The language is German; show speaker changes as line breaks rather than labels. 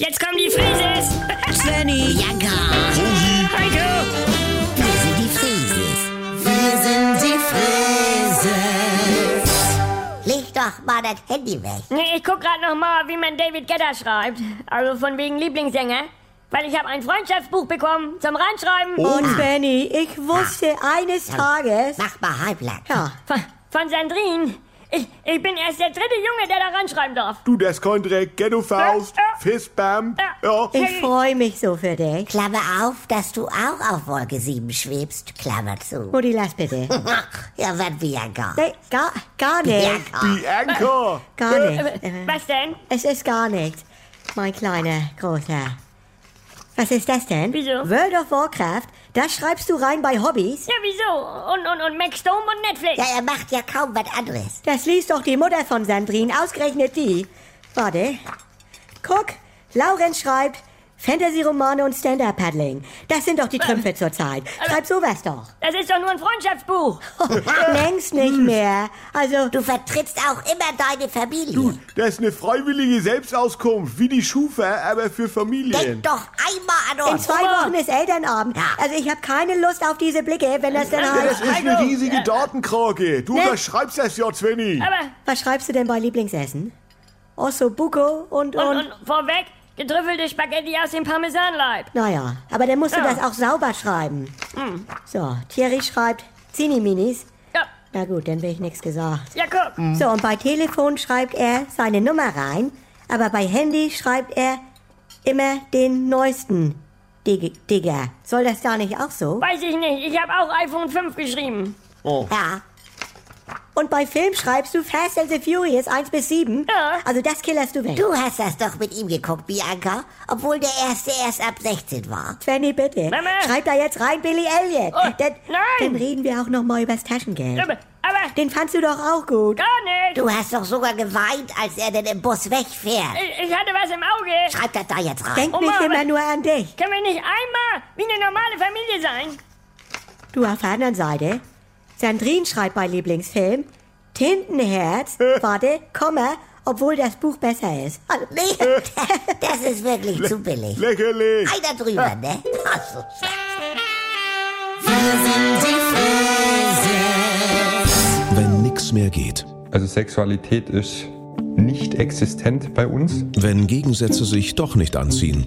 Jetzt kommen die Frises!
Svenny,
Jagger,
Heiko!
wir sind die Frieses. Wir sind die Frieses. Leg doch mal das Handy weg.
Nee, Ich guck grad noch mal, wie man David Gedder schreibt. Also von wegen Lieblingssänger. Weil ich habe ein Freundschaftsbuch bekommen zum Reinschreiben.
und Svenny, ich wusste eines Tages.
Ah. Mach mal halblang.
Ja,
Von, von Sandrine. Ich, ich bin erst der dritte Junge, der da reinschreiben darf.
Du, das kann direkt Ghetto-Faust, Fistbam, ja.
ich freue mich so für dich.
Klammer auf, dass du auch auf Wolke 7 schwebst. Klammer zu.
Mutti, lass bitte.
ja, was Bianca.
Nee, gar, gar nicht.
Bianca.
Bianca.
Gar
Äh,
nicht.
Was denn?
Es ist gar nichts. Mein kleiner, großer. Was ist das denn?
Wieso?
World of Warcraft? Das schreibst du rein bei Hobbys?
Ja, wieso? Und, und, und Max Stone und Netflix.
Ja, er macht ja kaum was anderes.
Das liest doch die Mutter von Sandrine, ausgerechnet die. Warte. Guck, Lauren schreibt Fantasy-Romane und Stand-Up-Paddling. Das sind doch die Trümpfe zurzeit. Schreib sowas doch.
Das ist doch nur ein Freundschaftsbuch.
Oh. Längst nicht mehr. Also,
Hm. Du vertrittst auch immer deine Familie.
Du, das ist eine freiwillige Selbstauskunft, wie die Schufa, aber für Familien.
Denk doch einmal an
in
uns.
zwei Wochen ist Elternabend. Also, ich habe keine Lust auf diese Blicke, wenn das dann
Also, Ja, Das
heißt.
ist eine riesige Datenkrake. Du
Ne?
überschreibst das ja, Svenny.
Aber,
Was schreibst du denn bei Lieblingsessen? Osso Buco und,
und,
und.
und vorweg, getrüffelte Spaghetti aus dem Parmesanleib.
Naja, aber dann musst du
Ja. Mhm.
das auch sauber schreiben. So, Thierry schreibt Zini-Minis.
Ja,
Na gut, dann will ich nichts gesagt.
ja, guck.
So, und bei Telefon schreibt er seine Nummer rein, aber bei Handy schreibt er immer den neuesten. Dig- Digger. Soll das da nicht auch so?
Weiß ich nicht. Ich habe auch iPhone 5 geschrieben.
Oh.
Ja,
Und bei Film schreibst du Fast and the Furious 1 bis 7?
Ja.
Also das killerst du weg.
du hast das doch mit ihm geguckt, Bianca. Obwohl der erste erst ab 16 war.
Fanny, bitte.
Mama.
Schreib da jetzt rein Billy Elliot.
Oh,
dann,
nein.
dann reden wir auch noch mal übers Taschengeld.
Aber, aber
Den fandst du doch auch gut.
gar nicht.
Du hast doch sogar geweint, als er denn im Bus wegfährt.
Ich, ich hatte was im Auge.
Schreib das da jetzt rein.
Denk
Oma,
nicht
oh, aber-
immer nur an dich.
Können wir nicht einmal wie eine normale Familie sein?
Du auf der anderen Seite. Sandrine schreibt bei Lieblingsfilm Tintenherz, warte, Komma, obwohl das Buch besser ist. Also,
Oh, Nee, das ist wirklich zu billig.
Lächerlich.
Einer drüber, ne? Also,
Wenn nix mehr geht.
Also Sexualität ist nicht existent bei uns.
Wenn Gegensätze sich doch nicht anziehen.